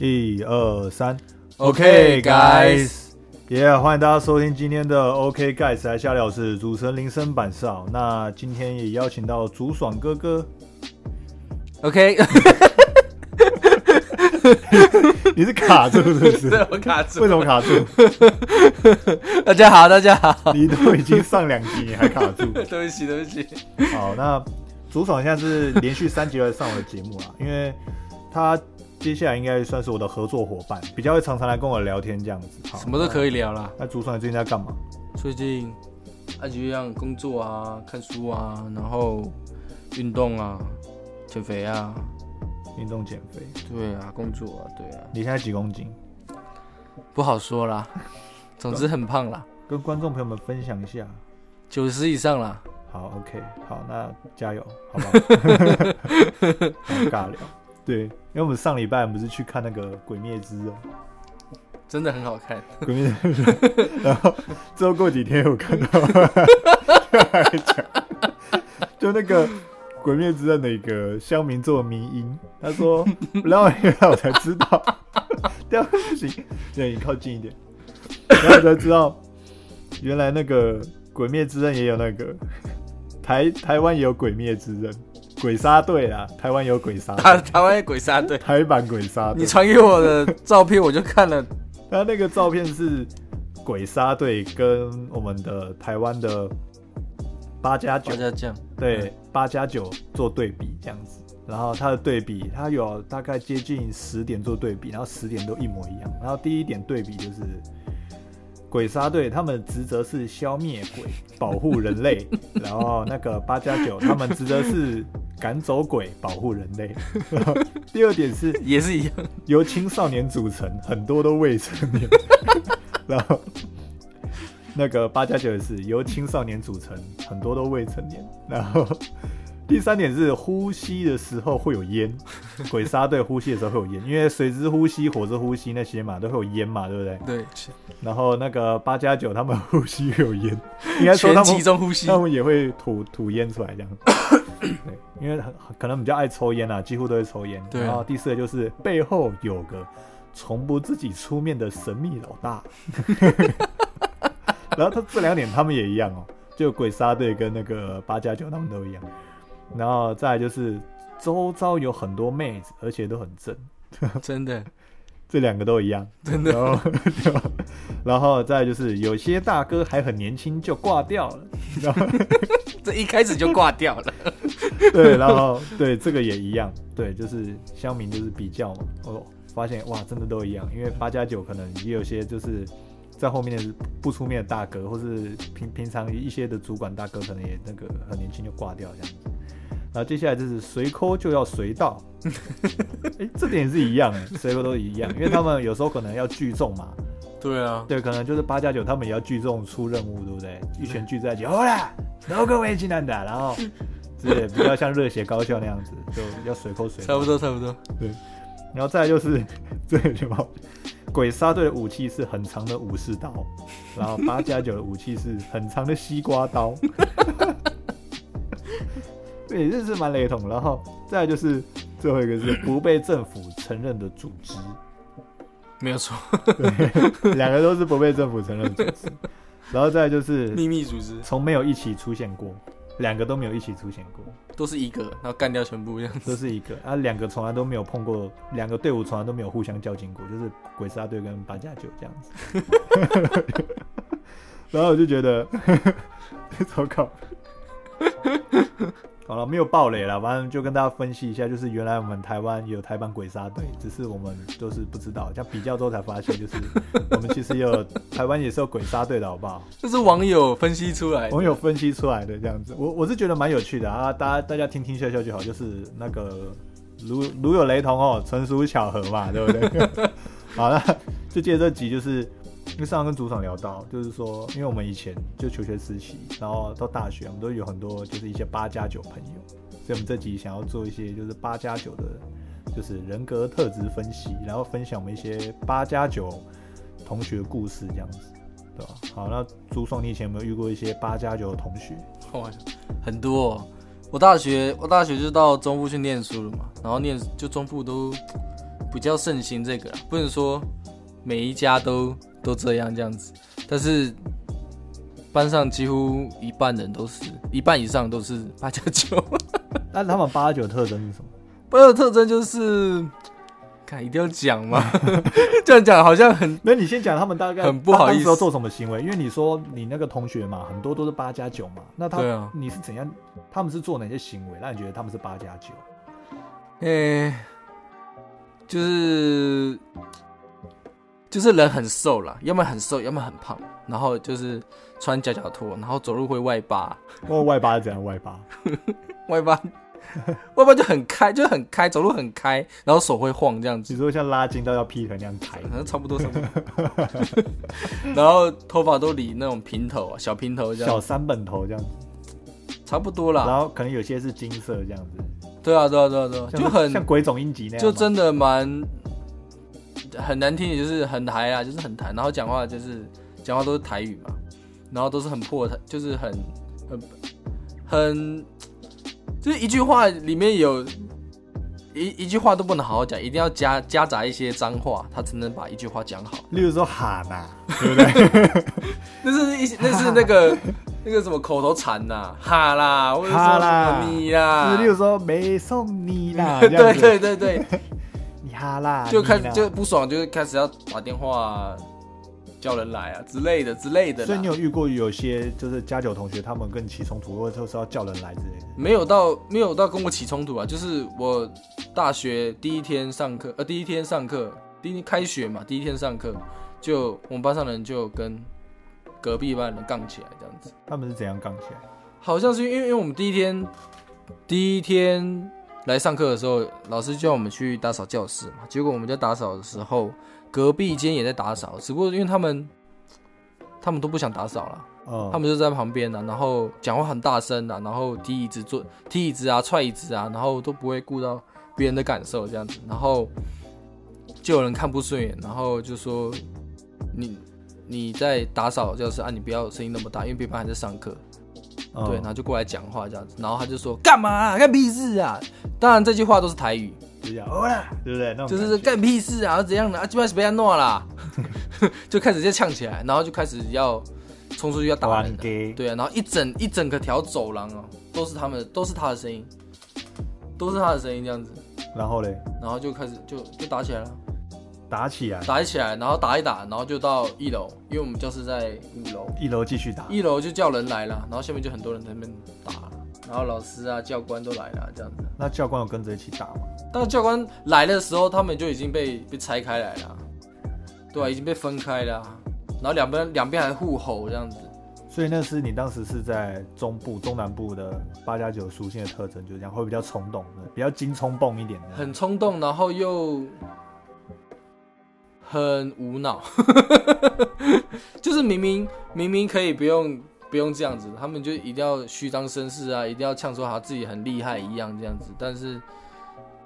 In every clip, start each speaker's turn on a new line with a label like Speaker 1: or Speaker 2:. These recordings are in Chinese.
Speaker 1: 一二三
Speaker 2: OK, guys
Speaker 1: 耶欢迎大家收听今天的 OK Guys 来瞎聊，我是主持人林森板少。那今天也邀请到竹爽哥哥，
Speaker 2: OK，
Speaker 1: 你是卡住是不是？
Speaker 2: 对我卡住
Speaker 1: 为。什么 卡住？
Speaker 2: 大家好，大家好。
Speaker 1: 你都已经上两集，你还卡住？
Speaker 2: 对不起，对不起。
Speaker 1: 好，那竹爽现在是连续三集来上我的节目啊啦，因为他接下来应该算是我的合作伙伴，比较会常常来跟我聊天这样子。好
Speaker 2: 什么都可以聊啦。
Speaker 1: 那竹爽你最近在干嘛？
Speaker 2: 最近啊，就像工作啊、看书啊，然后运动啊、减肥啊，
Speaker 1: 运动减肥？
Speaker 2: 对啊，工作啊，对啊，
Speaker 1: 你现在几公斤？
Speaker 2: 不好说 啦。总之很胖啦，
Speaker 1: 跟观众朋友们分享一下。
Speaker 2: 九十以上啦。
Speaker 1: 好，OK，好，那加油，好不好？好尬聊，对，因为我们上礼拜不是去看那个《鬼灭之刃》，
Speaker 2: 真的很好看，
Speaker 1: 《鬼灭之刃》，然后之后过几天我看到 就来讲，就那个《鬼灭之刃》的一个乡民做的迷音，他说然后原来我才知道， 这样不行，对你靠近一点，然后我才知道原来那个《鬼灭之刃》也有那个台台湾也有《鬼灭之刃》，鬼杀队啦，台湾有鬼杀队，
Speaker 2: 台台湾鬼杀队。
Speaker 1: 台版鬼杀队
Speaker 2: 你，传给我的照片，我就看了。
Speaker 1: 他那个照片是鬼杀队跟我们的台湾的八加九
Speaker 2: 大，家这样，
Speaker 1: 对八加九做对比这样子。然后它的对比，它有大概接近十点做对比，然后十点都一模一样。然后第一点对比就是鬼杀队他们的职责是消灭鬼，保护人 类；然后那个八加九他们职责是赶走鬼，保护人 类。然后第二点是
Speaker 2: 也是一样。
Speaker 1: 由青少年组成，很多都未成年。然后那个八加九也是由青少年组成，很多都未成年。然后第三点是呼吸的时候会有烟，鬼杀队呼吸的时候会有烟，因为水之呼吸、火之呼吸那些嘛都会有烟嘛，对不对？
Speaker 2: 对，
Speaker 1: 然后那个八加九他们呼吸会有烟，应该说他
Speaker 2: 全
Speaker 1: 们
Speaker 2: 集中呼吸。
Speaker 1: 他们也会吐吐烟出来这样。 对，因为很可能比较爱抽烟啊，几乎都会抽烟。
Speaker 2: 对啊
Speaker 1: 然后第四个就是背后有个从不自己出面的神秘老大。 然后他这两点他们也一样哦，就鬼杀队跟那个八加九他们都一样。然后再来就是周遭有很多妹子，而且都很正，
Speaker 2: 真的，
Speaker 1: 这两个都一样。
Speaker 2: 真的。
Speaker 1: 然后， 然后再来就是有些大哥还很年轻就挂掉了。然后。
Speaker 2: 这一开始就挂掉了。
Speaker 1: 对，然后对这个也一样，对，就是乡民就是比较嘛，我发现哇，真的都一样，因为八加九可能也有些就是在后面的不出面的大哥，或是平平常一些的主管大哥，可能也那个很年轻就挂掉这样子。然后接下来就是随抠就要随到， 哎，这点也是一样的，随抠都一样，因为他们有时候可能要聚众嘛，
Speaker 2: 对啊，
Speaker 1: 对，可能就是八加九，他们也要聚众出任务，对不对？一群聚在一起，好啦，然后各位一起难打，然后 之类的，不要像热血高校那样子，就要随口随
Speaker 2: 差不多差不多。
Speaker 1: 然后再来就是这个就好，鬼杀队的武器是很长的武士刀，然后八加九的武器是很长的西瓜刀，对，这是蛮雷同。然后再来就是最后一个是不被政府承认的组织。
Speaker 2: 没有错，
Speaker 1: 对，两个都是不被政府承认的组织。然后再来就是
Speaker 2: 秘密组织
Speaker 1: 从没有一起出现过，两个都没有一起出现过，
Speaker 2: 都是一个，然后干掉全部这 样
Speaker 1: 这
Speaker 2: 子。
Speaker 1: 是一个啊，两个从来都没有碰过，两个队伍从来都没有互相较劲过，就是鬼杀队跟八加九这样子。 然后我就觉得， 糟糕。好了，没有暴雷了，反正就跟大家分析一下，就是原来我们台湾有台版鬼杀队，只是我们都是不知道，像比较之后才发现，就是我们其实也有台湾也是有鬼杀队的，好不好？
Speaker 2: 这是网友分析出来的。
Speaker 1: 网友分析出来的这样子，我我是觉得蛮有趣的啊，大家大家听听笑笑就好，就是那个如如有雷同哦，纯属巧合嘛，对不 对？好了，就借这集就是因为上次跟组长聊到，就是说，因为我们以前就求学时期，然后到大学，我们都有很多就是一些八加九朋友，所以我们这集想要做一些就是八加九的，就是人格特质分析，然后分享我们一些八加九同学故事这样子。对吧？好，那朱爽，你以前有没有遇过一些八加九的同学？
Speaker 2: 哇很多哦、我大学我大学就到中部去念书了嘛，然后念就中部都比较盛行这个啦，不能说每一家都都这样这样子，但是班上几乎一半人都是一半以上都是八加九。
Speaker 1: 那他们八九特征是什么？
Speaker 2: 八加九特征就是，看一定要讲 吗？这样讲好像很
Speaker 1: 那你先讲他们大概
Speaker 2: 很不好
Speaker 1: 他当
Speaker 2: 意思
Speaker 1: 时都做什么行为？因为你说你那个同学嘛，很多都是八加九嘛，那他
Speaker 2: 对啊
Speaker 1: 你是怎样？他们是做哪些行为让你觉得他们是八加九？
Speaker 2: 诶、就是就是人很瘦啦，要么很瘦，要么很胖，然后就是穿夹脚拖，然后走路会外八，
Speaker 1: 哦，外八是怎样？外八？
Speaker 2: 外八外八就很开，就很开，走路很开，然后手会晃这样子
Speaker 1: 你，说像拉筋到要劈腿那样抬
Speaker 2: 好？像差不多差不多。 然后头发都理那种平头啊，小平头这
Speaker 1: 小
Speaker 2: 样，啊
Speaker 1: 三本头这样子，
Speaker 2: 差不多
Speaker 1: 然
Speaker 2: 啦。
Speaker 1: 后可能有些是金色这样子，
Speaker 2: 对啊对啊对啊对啊，
Speaker 1: 像
Speaker 2: 就很
Speaker 1: 像鬼冢英吉那样
Speaker 2: 就
Speaker 1: 嘛，
Speaker 2: 真的蛮很难听，也就是很台啊，就是很台，然后讲话就是讲话都是台语嘛，然后都是很破的台，就是很很很，就是一句话里面有一一句话都不能好好讲，一定要夹夹杂一些脏话，他才能把一句话讲好。
Speaker 1: 例如说喊呐、
Speaker 2: 那是一那是 那个那个什么口头禅呐、哈啦，或者说
Speaker 1: 哈
Speaker 2: 什
Speaker 1: 啦
Speaker 2: 么你啦，
Speaker 1: 就是例如说没送你 啦，这样
Speaker 2: 啊对
Speaker 1: 子，
Speaker 2: 对对对，
Speaker 1: 你哈啦，
Speaker 2: 就开
Speaker 1: 你
Speaker 2: 始
Speaker 1: 啦
Speaker 2: 就不爽，就是开始要打电话啊叫人来啊之类的之类的
Speaker 1: 所以
Speaker 2: 啦
Speaker 1: 你。有遇过有些就是加九同学，他们跟你起冲突，或者就是要叫人来之类的。
Speaker 2: 没有到没有到跟我起冲突啊，就是我大学第一天上课，呃，第一天上课，第一天开学嘛，第一天上课，就我们班上的人就跟隔壁班的人杠起来这样子，
Speaker 1: 他们是怎样杠起来？
Speaker 2: 好像是因为因为我们第一天第一天来上课的时候，老师叫我们去打扫教室嘛，结果我们在打扫的时候，隔壁间也在打扫，只不过因为他们他们都不想打扫了。
Speaker 1: 嗯，
Speaker 2: 他们就在旁边呢、然后讲话很大声啊，然后踢椅子、坐踢椅子啊、踹椅子啊，然后都不会顾到别人的感受这样子，然后就有人看不顺眼，然后就说你你在打扫教室啊，你不要声音那么大，因为别班还在上课，
Speaker 1: 嗯
Speaker 2: 对，然后就过来讲话这样子，然后他就说干嘛啊，干屁事啊！当然这句话都是台语，
Speaker 1: 就这样，哦啦，对不对？那种
Speaker 2: 就是
Speaker 1: 感觉
Speaker 2: 干屁事啊，怎样的啊，基本上被他弄啦， 就开始在呛起来，然后就开始要冲出去要打人
Speaker 1: 玩
Speaker 2: 了。
Speaker 1: gay，
Speaker 2: 对啊，然后一整一整个条走廊哦，都是他们的，都是他的声音，都是他的声音这样子，
Speaker 1: 然后嘞
Speaker 2: 然后就开始就就打起来了，
Speaker 1: 打起来，
Speaker 2: 打起来，然后打一打，然后就到一楼，因为我们教室在五楼，
Speaker 1: 一楼继续打，
Speaker 2: 一楼就叫人来了，然后下面就很多人在那边打了，然后老师啊、教官都来了这样子，
Speaker 1: 那教官有跟着一起打吗？
Speaker 2: 但教官来的时候，他们就已经被被拆开来了，对啊，已经被分开了啊，然后两边两边还互吼这样子，
Speaker 1: 所以那是你当时是在中部、中南部的八加九属性的特征，就是这样，会比较冲动的，比较精冲蹦一点的。
Speaker 2: 很冲动，然后又很无脑， 就是明明明明可以不用不用这样子，他们就一定要虚张声势啊，一定要呛说好自己很厉害一样这样子。但是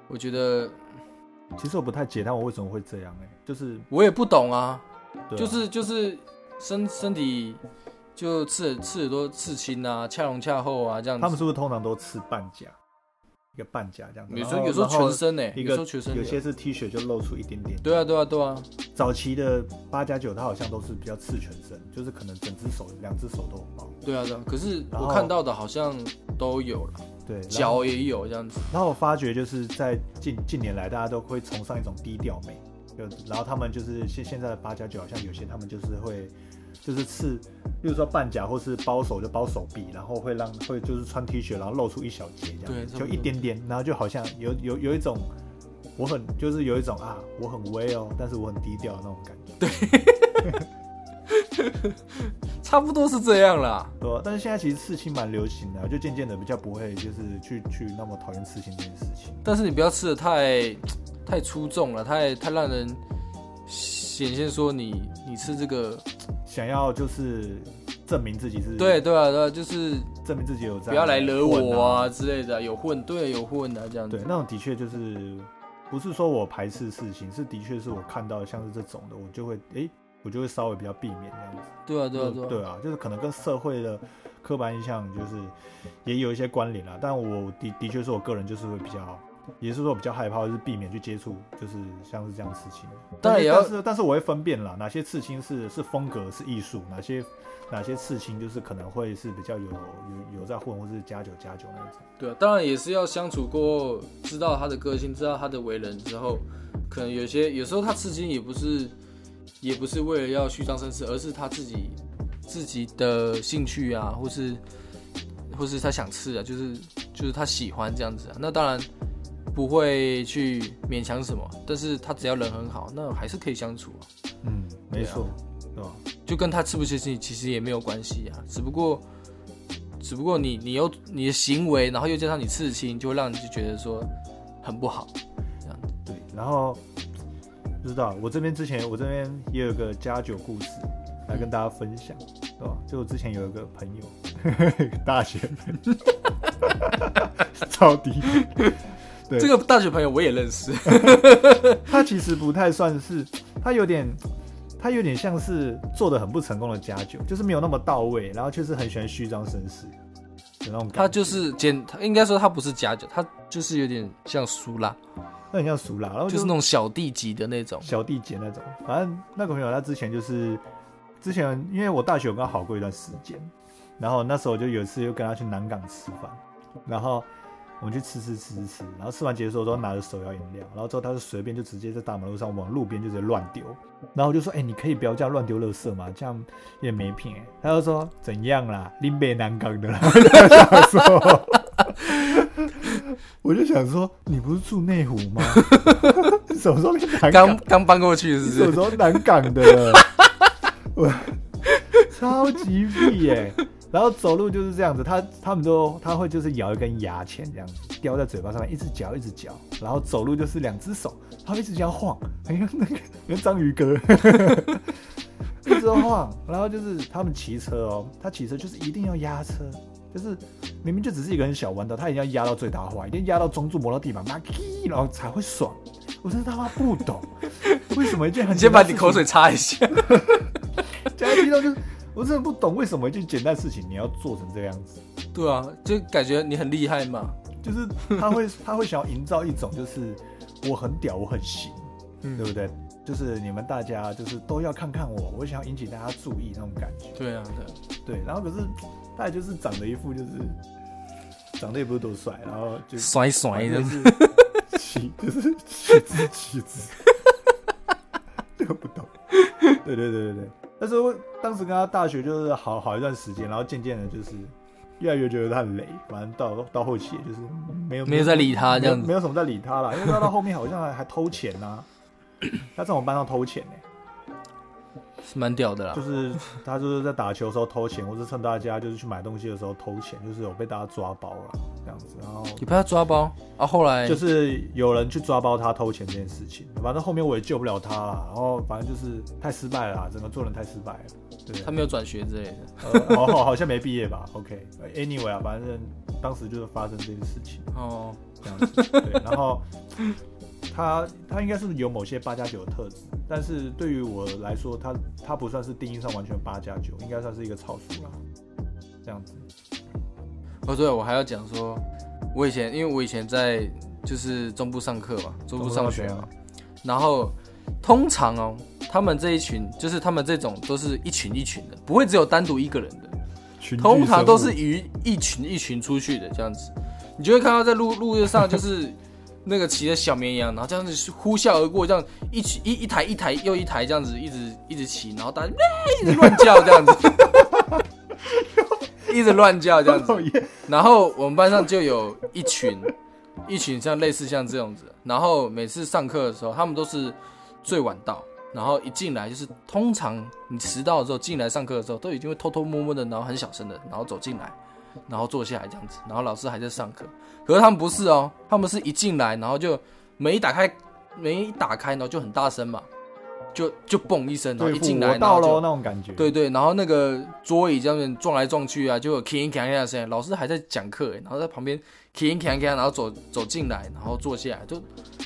Speaker 2: 我觉得
Speaker 1: 其实我不太解他们为什么会这样、欸，就是、
Speaker 2: 我也不懂啊，
Speaker 1: 对啊
Speaker 2: 就是就是身身体就刺刺耳朵刺青啊，恰隆恰后啊这样子。
Speaker 1: 他们是不是通常都吃半甲，一个半甲这样子？
Speaker 2: 有时
Speaker 1: 然
Speaker 2: 候
Speaker 1: 后
Speaker 2: 有时候
Speaker 1: 然后
Speaker 2: 全身呢、
Speaker 1: 一
Speaker 2: 有
Speaker 1: 个
Speaker 2: 时候全身
Speaker 1: 有
Speaker 2: 的
Speaker 1: 些是 T 恤就露出一点点。
Speaker 2: 对啊对啊对啊，
Speaker 1: 早期的八加九，它好像都是比较刺全身，就是可能整只手、两只手都有包。
Speaker 2: 对啊对啊。可是
Speaker 1: 然
Speaker 2: 我
Speaker 1: 后
Speaker 2: 看到的好像都有了，
Speaker 1: 对，然后
Speaker 2: 脚也有这样子。
Speaker 1: 然后我发觉就是在近近年来，大家都会崇尚一种低调美，就然后他们就是现现在的八加九，好像有些他们就是会就是刺，例如说半甲或是包手就包手臂，然后会让会就是穿 T 恤，然后露出一小截这
Speaker 2: 对
Speaker 1: 样，
Speaker 2: 差
Speaker 1: 子，
Speaker 2: 不多
Speaker 1: 就一点点，然后就好像有有有一种。我很就是有一种啊，我很威哦，但是我很低调的那种感觉。对，
Speaker 2: 差不多是这样啦。
Speaker 1: 啊但是现在其实刺青蛮流行的，就渐渐的比较不会就是去去那么讨厌刺青这件事情。
Speaker 2: 但是你不要吃的太太出众了，太太让人显现说你你吃这个，
Speaker 1: 想要就是证明自己是
Speaker 2: 对对啊对啊，就是
Speaker 1: 证明自己有在、
Speaker 2: 不要来惹我
Speaker 1: 啊！
Speaker 2: 啊之类的，有混对有混啊这样
Speaker 1: 对
Speaker 2: 子，。
Speaker 1: 那种的确就是不是说我排斥事情，是的确是我看到像是这种的，我就会诶，我就会稍微比较避免这样子。
Speaker 2: 对啊对啊
Speaker 1: 就
Speaker 2: 对啊，
Speaker 1: 对啊，就是可能跟社会的刻板印象就是也有一些关联啦，但我的的确是我个人就是会比较也是说比较害怕，就是避免去接触，就是像是这样的事情。
Speaker 2: 当然也要
Speaker 1: 但是但是我会分辨啦，哪些刺青是是风格是艺术，哪些哪些刺青就是可能会是比较有有有在混，或是加九加九那种。
Speaker 2: 对啊，当然也是要相处过后，知道他的个性，知道他的为人之后，可能有些有时候他刺青也不是，也不是为了要虚张声势，而是他自己自己的兴趣啊，或是或是他想刺啊，就是就是他喜欢这样子啊。那当然不会去勉强什么，但是他只要人很好，那还是可以相处啊。
Speaker 1: 嗯，没
Speaker 2: 对啊
Speaker 1: 错，对吧？
Speaker 2: 就跟他吃不吃青其实也没有关系啊，只不过，只不过你你有你的行为，然后又加上你刺青，就会让你就觉得说很不好。
Speaker 1: 对，然后不知道我这边之前我这边也有个加酒故事来跟大家分享，对吧？就我之前有一个朋友，嗯 大学朋 友超低，对
Speaker 2: 这个大学朋友我也认识，
Speaker 1: 他其实不太算是，他有点。他有点像是做的很不成功的加酒，就是没有那么到位，然后就是很喜欢虚张声势的那种感觉。
Speaker 2: 他就是简，他应该说他不是假酒，他就是有点像苏拉，
Speaker 1: 他很像熟啦，然后
Speaker 2: 就是那种小弟级的那种。
Speaker 1: 小弟姐那种。反正那个朋友他之前就是之前，因为我大学有跟他好过一段时间，然后那时候就有一次又跟他去南港吃饭，然后我们去吃吃吃吃吃，然后吃完结束之后拿着手摇饮料，然后之后他就随便就直接在大马路上往路边就直接乱丢，然后我就说，哎、你可以不要这样乱丢垃圾嘛，这样也没品、欸。他就说怎样啦，林北南港的啦， 我就想说。 我就想说，你不是住内湖吗？ 你什么时候去南港
Speaker 2: 刚？刚搬过去是不
Speaker 1: 你什么
Speaker 2: 是？
Speaker 1: 时候南港的 了？我超级屁耶、然后走路就是这样子，他他们都他会就是咬一根牙签这样子，叼在嘴巴上面，一只嚼一只嚼，然后走路就是两只手，他会一直这样晃，很像那个很像章鱼 哥，一直晃。然后就是他们骑车哦，他骑车就是一定要压车，就是明明就只是一个很小弯道，他一定要压到最大化，一定要压到中柱磨到地板，妈叽，然后才会爽。我真的他妈不 懂，为什么一件很
Speaker 2: 你先把
Speaker 1: 简单的
Speaker 2: 你
Speaker 1: 事情
Speaker 2: 口水擦一下。
Speaker 1: 加一到就是，我真的不懂为什么一件简单的事情你要做成这样子，
Speaker 2: 对啊，就感觉你很厉害嘛。
Speaker 1: 就是他会他会想要营造一种就是我很屌，我很行，
Speaker 2: 嗯
Speaker 1: 对不对？就是你们大家就是都要看看我，我想要引起大家注意那种感觉。
Speaker 2: 对啊，对啊。
Speaker 1: 对，然后可是他也就是长得一副就是长得也不是多帅，然后就
Speaker 2: 甩甩
Speaker 1: 就
Speaker 2: 的，
Speaker 1: 是起 就是起子起子， 这个不懂。对对对对对，但是我当时跟他大学就是好好一段时间，然后渐渐的就是越来越觉得他很雷，反正到到后期也就是没有
Speaker 2: 没有在理他
Speaker 1: 没
Speaker 2: 这
Speaker 1: 有
Speaker 2: 样子
Speaker 1: 没有什么在理他了，因为他到后面好像还还偷钱呐、他在我们班上偷钱呢、
Speaker 2: 是蛮屌的啦
Speaker 1: 就。是他就是在打球的时候偷钱，或是趁大家就是去买东西的时候偷钱，就是有被大家抓包了这样子，然后
Speaker 2: 你被他抓包啊？后来
Speaker 1: 就是有人去抓包他偷钱这件事情，反正后面我也救不了他了，然后反正就是太失败了啦，整个做人太失败了，对
Speaker 2: 他，没有转学之类的。
Speaker 1: 呃好好好像没毕业吧，OK，anyway、啊，反正当时就是发生这件事情
Speaker 2: 哦，
Speaker 1: 这样子， 对，然后他他应该是有某些八加九的特质，但是对于我来说，他他不算是定义上完全八加九，应该算是一个超数啦，这样子，
Speaker 2: 哦，对，我还要讲说，我以前因为我以前在就是中部上课嘛，中部上学啊
Speaker 1: 怎
Speaker 2: 嘛
Speaker 1: 么，
Speaker 2: 然后通常哦，他们这一群就是他们这种都是一群一群的，不会只有单独一个人的，
Speaker 1: 群居
Speaker 2: 通常都
Speaker 1: 生
Speaker 2: 是
Speaker 1: 物
Speaker 2: 与一群一群出去的这样子，你就会看到在路路上就是那个骑着小绵羊，然后这样子呼啸而过，这样一起一一台一台又一台这样子一直一直骑，然后大家 一直乱叫这样子，一直乱叫这样子
Speaker 1: 讨。厌
Speaker 2: 然后我们班上就有一群，一群像类似像这样子，然后每次上课的时候，他们都是最晚到，然后一进来就是通常你迟到的时候进来上课的时候，都已经会偷偷摸摸的，然后很小声的，然后走进来，然后坐下来这样子，然后老师还在上课，可是他们不是哦，他们是一进来，然后就门一打开，门一打开，然后就很大声嘛，就就嘣一声，然后
Speaker 1: 对
Speaker 2: 一
Speaker 1: 付
Speaker 2: 进来，
Speaker 1: 我
Speaker 2: 然后
Speaker 1: 到
Speaker 2: 就
Speaker 1: 喽那种感觉，
Speaker 2: 对对，然后那个桌椅这样子撞来撞去啊，就有 king king 的声音，老师还在讲课欸，然后在旁边 king king 然后走走进来，然后坐下来，就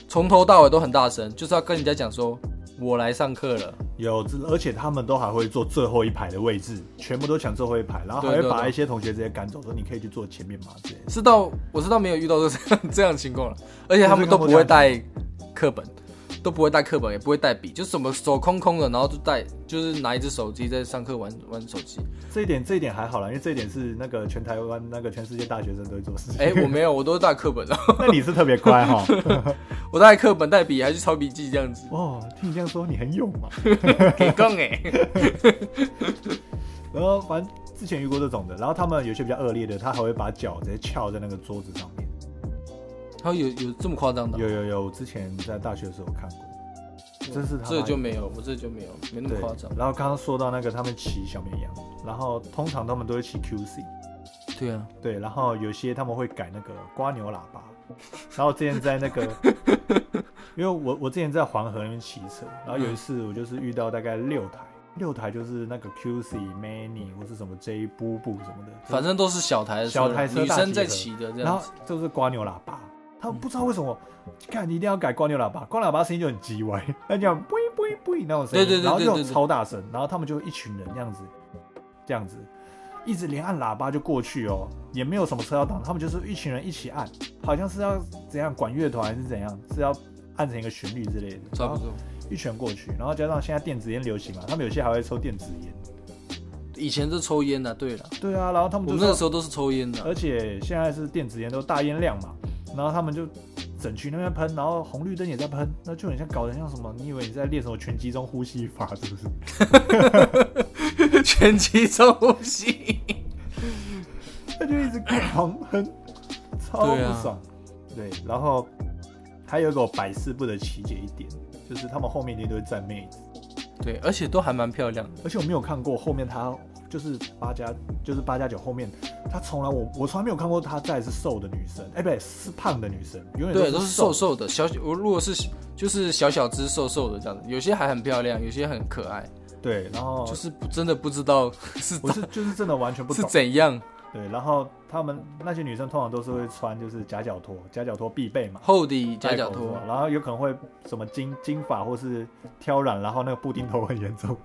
Speaker 2: 从头到尾都很大声，就是要跟人家讲说我来上课了，
Speaker 1: 有，而且他们都还会坐最后一排的位置，全部都抢最后一排，然后还
Speaker 2: 对
Speaker 1: 会
Speaker 2: 对
Speaker 1: 把
Speaker 2: 对
Speaker 1: 一些同学直接赶走，说你可以去坐前面嘛之类的。
Speaker 2: 是到我是到没有遇到过 这样这样的情况了，而且他们都不会带课本，都不会带课本，也不会带笔，就什么手空空的，然后就带就是拿一只手机在上课玩玩手机。
Speaker 1: 这一点这一点还好啦，因为这一点是那个全台湾那个全世界大学生都会做的事情。
Speaker 2: 哎、我没有，我都是带课本的，
Speaker 1: 那你是特别乖哈。
Speaker 2: 我带课本带笔，还去抄笔记这样子，
Speaker 1: 哦，听你这样说，你很勇嘛。
Speaker 2: 给杠哎。
Speaker 1: 然后反正之前遇过这种的，然后他们有些比较恶劣的，他还会把脚直接翘在那个桌子上面。
Speaker 2: 然后有有这么夸张的？
Speaker 1: 有有有，我之前在大学的时候看过，真是他妈
Speaker 2: 嗯这就没有，我这就没有，没那么
Speaker 1: 对
Speaker 2: 夸张。。
Speaker 1: 然后刚刚说到那个他们骑小绵羊，然后通常他们都会骑 QC，
Speaker 2: 对啊，
Speaker 1: 对，然后有些他们会改那个瓜牛喇叭。然后之前在那个，因为我我之前在黄河那边骑车，然后有一次我就是遇到大概六台，六台就是那个 QC Many 或是什么 J 布布什么的，
Speaker 2: 反正都是小台的车
Speaker 1: 小台车
Speaker 2: 女
Speaker 1: 大
Speaker 2: 生
Speaker 1: 集
Speaker 2: 在
Speaker 1: 合
Speaker 2: 骑的这
Speaker 1: 然
Speaker 2: 样
Speaker 1: 后
Speaker 2: 子。
Speaker 1: 就是瓜牛喇叭，他们不知道为什么，看你一定要改瓜牛喇叭，瓜牛喇叭声音就很叽歪， 他讲不不不那种声音，
Speaker 2: 对对对
Speaker 1: 然后
Speaker 2: 对
Speaker 1: 那种
Speaker 2: 对对
Speaker 1: 超大声，然后他们就一群人这样子，这样子，一直连按喇叭就过去哦，也没有什么车要挡，他们就是一群人一起按，好像是要怎样管乐团还是怎样，是要按成一个旋律之类的，
Speaker 2: 差
Speaker 1: 然
Speaker 2: 不
Speaker 1: 后
Speaker 2: 多，
Speaker 1: 一群人过去，然后加上现在电子烟流行嘛，他们有些还会抽电子烟，
Speaker 2: 以前是抽烟的、对了，
Speaker 1: 对啊，然后他们
Speaker 2: 我
Speaker 1: 就
Speaker 2: 们
Speaker 1: 说
Speaker 2: 那个时候都是抽烟的、
Speaker 1: 而且现在是电子烟都大烟量嘛，然后他们就整区那边喷，然后红绿灯也在喷，那就很像搞得像什么？你以为你在练什么拳击中呼吸法是不 是？
Speaker 2: 全集中呼 吸。
Speaker 1: 他就一直狂喷，超不
Speaker 2: 对啊
Speaker 1: 爽。对，然后还有一个我百思不得其解一点，就是他们后面一定都会站妹子，
Speaker 2: 对，而且都还蛮漂亮的。
Speaker 1: 而且我没有看过后面他就是八加就是八加九后面，他从来我我从来没有看过他带是瘦的女生，哎、不对，是胖的女生，永远
Speaker 2: 对，
Speaker 1: 都
Speaker 2: 都
Speaker 1: 是
Speaker 2: 是
Speaker 1: 瘦
Speaker 2: 瘦瘦的，小我如果是就是小小只瘦瘦的这样子，有些还很漂亮，有些很可爱，
Speaker 1: 对，然后
Speaker 2: 就是不真的不知道 是
Speaker 1: 哦我是就是真的完全不
Speaker 2: 是
Speaker 1: 懂。
Speaker 2: 怎样
Speaker 1: 对，然后他们那些女生通常都是会穿就是夹脚拖，夹脚拖必备嘛，
Speaker 2: 厚底夹脚
Speaker 1: 戴口
Speaker 2: 拖
Speaker 1: 罩，然后有可能会什么金金发或是挑染，然后那个布丁头很严重。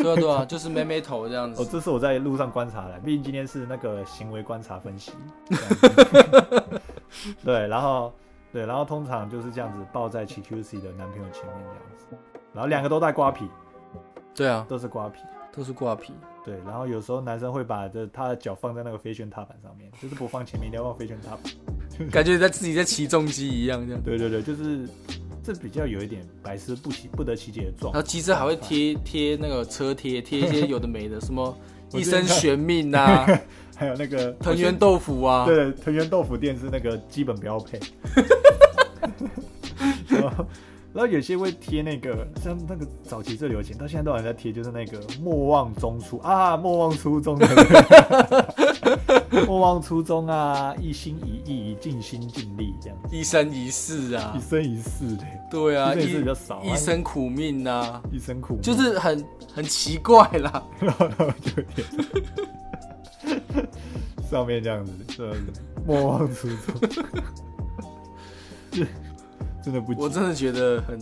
Speaker 2: 对啊对啊，就是妹妹头这样
Speaker 1: 哦，
Speaker 2: 子。
Speaker 1: 这是我在路上观察的，毕竟今天是那个行为观察分析。这样 子 对，然后对，然后通常就是这样子抱在 QQC 的男朋友前面这样子，然后两个都戴瓜皮，
Speaker 2: 对啊，
Speaker 1: 都是瓜皮。
Speaker 2: 都是挂皮。
Speaker 1: 对，然后有时候男生会把这他的脚放在那个飞旋踏板上面，就是不放前面，一定要放飞旋踏板。
Speaker 2: 感觉在自己在骑重机一样这样。
Speaker 1: 对对对，就是这比较有一点百思不其不得其解的状
Speaker 2: 然后
Speaker 1: 态。
Speaker 2: 机车还会贴贴那个车贴，贴一些有的没的， 什么
Speaker 1: 我
Speaker 2: 一
Speaker 1: 觉得
Speaker 2: 生悬命啊，
Speaker 1: 还有那个
Speaker 2: 藤原豆腐啊，
Speaker 1: 对藤原豆腐店是那个基本标 配。然后然后有些会贴那个，像那个早期最流行，到现在都还在贴，就是那个莫忘中初啊，莫忘初衷的那个， 莫忘初衷啊，一心一意，尽心尽力这样子，
Speaker 2: 一生一世啊
Speaker 1: 一，生一世的，
Speaker 2: 对啊，
Speaker 1: 一生一世
Speaker 2: 一
Speaker 1: 比较少啊
Speaker 2: 一生苦命啊，
Speaker 1: 一生苦闷，
Speaker 2: 就是很很奇怪 啦。
Speaker 1: 然后他们就有点上面这样子，这样子莫忘初衷，是真的不
Speaker 2: 我
Speaker 1: 急
Speaker 2: 真的觉得很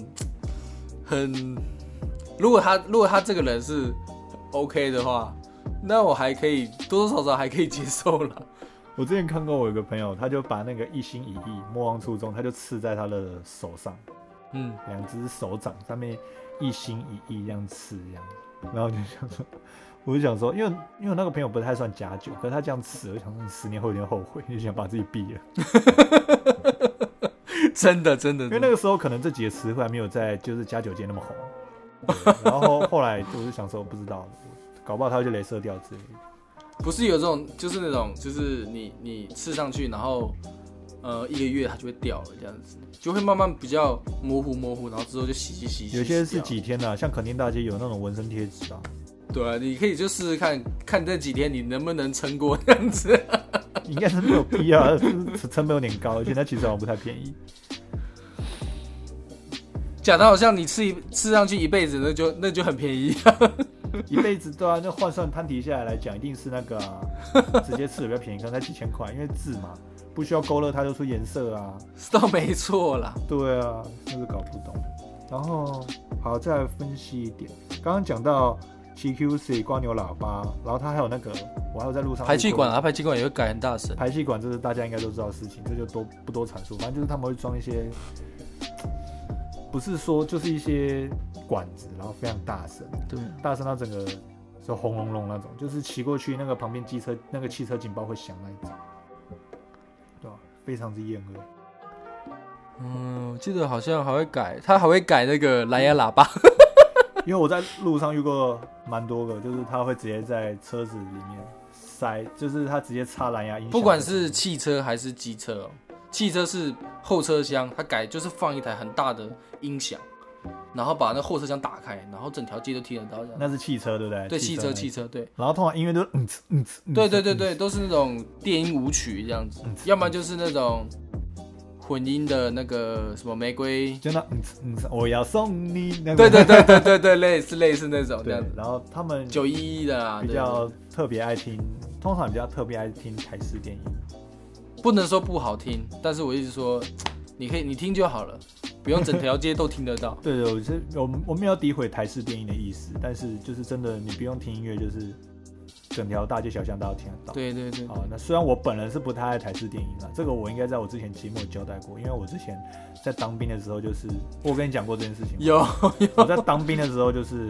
Speaker 2: 很，如果他如果他这个人是 OK 的话，那我还可以多多少少还可以接受了。
Speaker 1: 我之前看过我有个朋友，他就把那个一心一意莫忘初衷，他就刺在他的手上，
Speaker 2: 嗯，
Speaker 1: 两只手掌上面一心一意这样刺这样，然后我就想说。我就想说，因为因为我那个朋友不太算假酒，可是他这样刺，我想说你十年后有点后悔，就想把自己毙了。
Speaker 2: 真的真的，
Speaker 1: 因为那个时候可能这几个词汇还没有在就是加酒界那么红，对然后后来我就想说不知道，搞不好他就镭射掉之类的。
Speaker 2: 不是有这种，就是那种，就是你你刺上去，然后呃一个月它就会掉了，这样子就会慢慢比较模糊模糊，然后之后就洗洗洗洗。
Speaker 1: 有些
Speaker 2: 洗
Speaker 1: 是
Speaker 2: 掉
Speaker 1: 几天的、啊，像垦丁大街有那种纹身贴纸啊，
Speaker 2: 对啊，你可以就试试看看这几天你能不能撑过这样子。
Speaker 1: 应该是没有必要，就是成本有点高，而且它其实好像不太便宜。
Speaker 2: 讲的好像你吃一吃上去一辈子，那就那就很便宜。
Speaker 1: 一辈子对啊，那换算摊提下来来讲，一定是那个啊、直接刺比较便宜，可能才几千块，因为字嘛不需要勾勒它就出颜色啊。
Speaker 2: 是倒没错啦。
Speaker 1: 对啊，就是搞不懂。然后好，再来分析一点。刚刚讲到 TQC 光牛喇叭，然后它还有那个，我还有在路上
Speaker 2: 排气管啊，排气管也会改很大声。
Speaker 1: 排气管这是大家应该都知道的事情，这就多不多阐述。反正就是他们会装一些，不是说就是一些管子，然后非常大声，
Speaker 2: 对，啊
Speaker 1: 大声到整个是轰隆隆那种，就是骑过去那个旁边机车那个汽车警报会响那一种，对吧？非常之厌恶。
Speaker 2: 嗯，我记得好像还会改，他还会改那个蓝牙喇叭。
Speaker 1: 因为我在路上遇过蛮多个，就是他会直接在车子里面塞，就是他直接插蓝牙音响，
Speaker 2: 不管是汽车还是机车哦，汽车是后车厢，它改就是放一台很大的音响，然后把那后车厢打开，然后整条街都听得到这样。
Speaker 1: 那是汽车对不对？
Speaker 2: 对，汽车
Speaker 1: 那
Speaker 2: 汽车对。
Speaker 1: 然后通常音乐都嗯哧嗯哧，嗯
Speaker 2: 对
Speaker 1: 哧
Speaker 2: 对对，对，都是那种电音舞曲这样子，
Speaker 1: 嗯哧
Speaker 2: 要么就是那种混音的那个什么玫瑰，
Speaker 1: 就那嗯哧嗯哧，我要送你那
Speaker 2: 对
Speaker 1: 个
Speaker 2: 对对对对对，类似类似那种这
Speaker 1: 对
Speaker 2: 样子，，
Speaker 1: 然后他们
Speaker 2: 九一一的啦，
Speaker 1: 比
Speaker 2: 对
Speaker 1: 较特别爱听，通常比较特别爱听台式电影，。
Speaker 2: 不能说不好听，但是我一直说，你可以你听就好了，不用整条街都听得到
Speaker 1: 对对，我是我我没有诋毁台式电影的意思，但是就是真的你不用听音乐，就是整条大街小巷大家都听得到。
Speaker 2: 对对对，
Speaker 1: 啊，那虽然我本人是不太爱台式电影啦，这个我应该在我之前节目有交代过，因为我之前在当兵的时候，就是我跟你讲过这件事情吗，
Speaker 2: 有
Speaker 1: 我在当兵的时候就是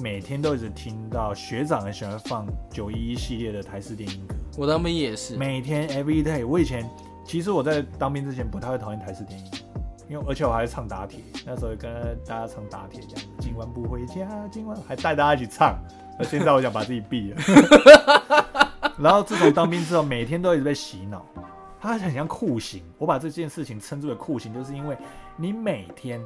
Speaker 1: 每天都一直听到学长很喜欢放九一一系列的台式电影歌，
Speaker 2: 我当兵也是，
Speaker 1: 每天 every day。我以前其实我在当兵之前不太会讨厌台式电影，因为而且我还唱打铁，那时候跟大家唱打铁这样，今晚不回家，今晚还带大家一起唱。那现在我想把自己毙了。然后自从当兵之后，每天都一直被洗脑，它很像酷刑。我把这件事情称之为酷刑，就是因为你每天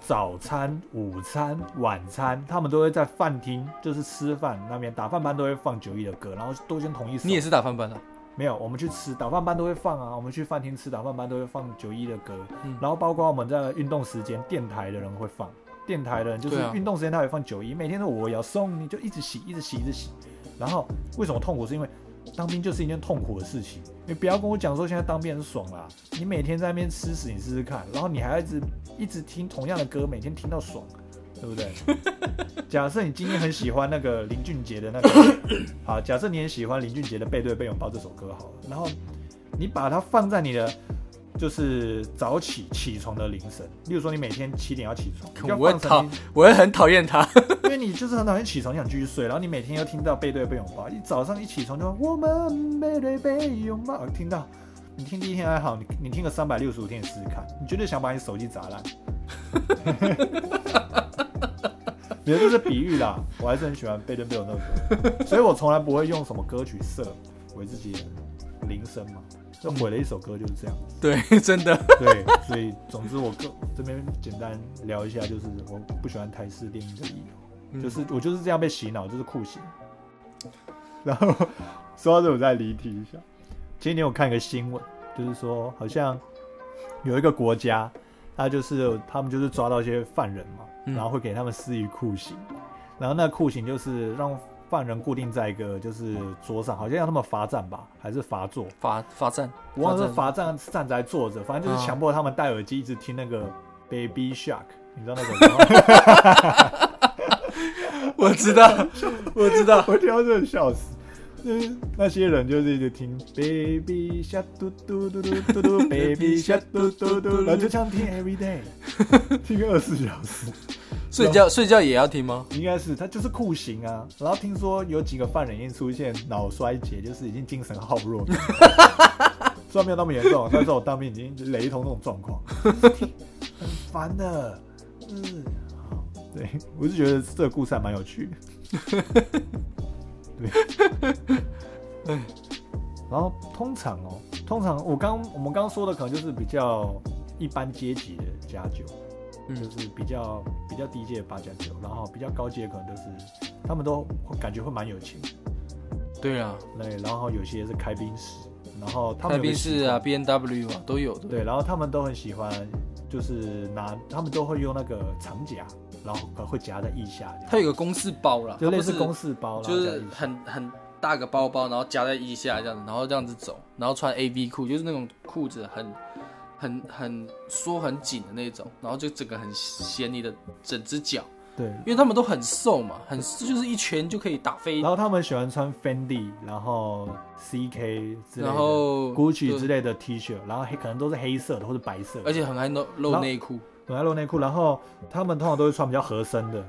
Speaker 1: 早餐、午餐、晚餐，他们都会在饭厅，就是吃饭那边打饭班都会放九一的歌，然后都先同一首。
Speaker 2: 你也是打翻班的，啊
Speaker 1: 没有，我们去吃打饭班都会放啊，我们去饭厅吃打饭班都会放九一的歌，
Speaker 2: 嗯
Speaker 1: 然后包括我们在运动时间，电台的人会放，电台的人就是
Speaker 2: 对啊
Speaker 1: 运动时间他会放九一，每天都我要送你，就一直洗，一直洗，一直洗。然后为什么痛苦？是因为当兵就是一件痛苦的事情，你不要跟我讲说现在当兵很爽啦，你每天在那边吃屎，你试试看，然后你还要一直一直听同样的歌，每天听到爽，对不对？假设你今天很喜欢那个林俊杰的那个，好，假设你很喜欢林俊杰的《背对背拥抱》这首歌好了，然后你把它放在你的就是早起起床的铃声，例如说你每天七点要起床，你就
Speaker 2: 我
Speaker 1: 要
Speaker 2: 很
Speaker 1: 放
Speaker 2: 讨
Speaker 1: 成你，
Speaker 2: 我会很讨厌他。
Speaker 1: 因为你就是很讨厌起床，你想继续睡，然后你每天又听到背对背拥抱，一早上一起床就我们背对背拥抱，听到你听第一天还好，你你听个三百六十五天你试试看，你绝对想把你手机砸烂。没有，这是比喻啦，我还是很喜欢背对背有那首歌，所以我从来不会用什么歌曲设为自己的铃声嘛，就毁了一首歌就是这样。
Speaker 2: 对，真的，
Speaker 1: 对，所以总之我个这边简单聊一下，就是我不喜欢台式电影的理由，
Speaker 2: 嗯
Speaker 1: 就是我就是这样被洗脑，就是酷刑。然后说到这，我再离题一下。前几天我看一个新闻，就是说好像有一个国家，他就是他们就是抓到一些犯人嘛，
Speaker 2: 嗯
Speaker 1: 然后会给他们施以酷刑，然后那酷刑就是让犯人固定在一个就是桌上，好像让他们罚站吧，还是罚坐，
Speaker 2: 罚罚站，
Speaker 1: 我忘了是
Speaker 2: 罚
Speaker 1: 罚站站着还坐着，反
Speaker 2: 啊
Speaker 1: 正就是强迫他们戴耳机一直听那个 Baby Shark，你知道那首歌吗？
Speaker 2: 站。我 知道，我知道，
Speaker 1: 我听到这笑死。就是那些人就是一直听 Baby Shark 嘟嘟嘟嘟嘟嘟 Baby Shark 嘟嘟嘟，然后就这样听 every day，听个二十四小时。
Speaker 2: 睡觉睡觉也要听吗？
Speaker 1: 应该是他就是酷刑啊。然后听说有几个犯人已经出现脑衰竭，就是已经精神耗弱。虽然没有那么严重，但是我当兵已经雷同那种状况，很烦的。嗯，好对，我是觉得这个故事还蛮有趣的。对，
Speaker 2: 哎
Speaker 1: 然后通常哦，通常我刚我们刚刚说的可能就是比较一般阶级的家酒，就
Speaker 2: 嗯，
Speaker 1: 是比较比较低阶的八加九，然后比较高阶可能就是他们都会感觉会蛮有钱，
Speaker 2: 对啊，
Speaker 1: 对，然后有些是开宾室，然后他们
Speaker 2: 开
Speaker 1: 有个
Speaker 2: 宾士啊，B N W 啊，都有的。
Speaker 1: 对，然后他们都很喜欢，就是拿他们都会用那个长夹，然后可能会夹在腋下这样，
Speaker 2: 它有个公事包啦，
Speaker 1: 就类似
Speaker 2: 它不是
Speaker 1: 公事包，然
Speaker 2: 就
Speaker 1: 后夹在
Speaker 2: 是
Speaker 1: 腋下
Speaker 2: 很很大个包包，然后夹在腋下这样子，然后这样子走，然后穿 A V 裤，就是那种裤子很很很缩很紧的那种，然后就整个很显你的整只脚，
Speaker 1: 对。
Speaker 2: 因为他们都很瘦嘛，很就是一拳就可以打飞
Speaker 1: 然，后他们喜欢穿 Fendi，然后 CK 之类的，
Speaker 2: 然后
Speaker 1: Gucci
Speaker 2: 对
Speaker 1: 之类的 T 恤，然后黑可能都是黑色的或者白色
Speaker 2: 而
Speaker 1: 的，
Speaker 2: 且很爱露露内裤，
Speaker 1: 短爱露内裤，然后他们通常都会穿比较合身的，